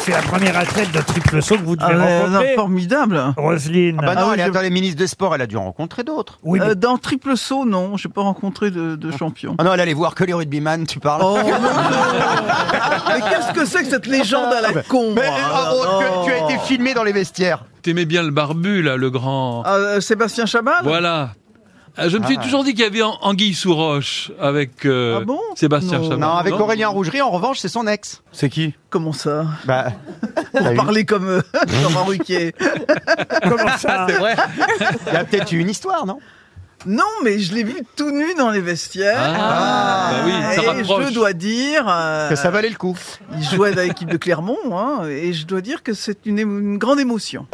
C'est la première athlète de triple saut que vous devez Ah, mais, rencontrer. non, formidable. Roselyne. Ah bah non, oui, elle est je- dans les ministres des Sports, elle a dû en rencontrer d'autres. oui, mais Euh, dans triple saut, non, j'ai pas rencontré de, de champion. Ah non, elle allait voir que les rugbyman, tu parles. Oh, mon Dieu. mais qu'est-ce que c'est que cette légende à la con Mais, moi ah, oh, que- tu as été filmé dans les vestiaires. T'aimais bien le barbu, là, le grand. Ah, euh, Sébastien Chabal Voilà. Ah, Je me suis Ah. toujours dit qu'il y avait An- Anguille sous roche avec euh, Ah bon Sébastien Non. Chabal. Non, avec Aurélien Rougerie, en revanche, c'est son ex. C'est qui Comment ça Bah, t'as eu- Parler comme euh, Laurent Ruquier. Euh, comment ça il y a peut-être eu une histoire, non Non, mais je l'ai vu tout nu dans les vestiaires. Ah, bah oui, ça et rapproche. je dois dire, euh, Que ça valait le coup. il jouait dans l'équipe de Clermont, hein, et je dois dire que c'est une, émo- une grande émotion.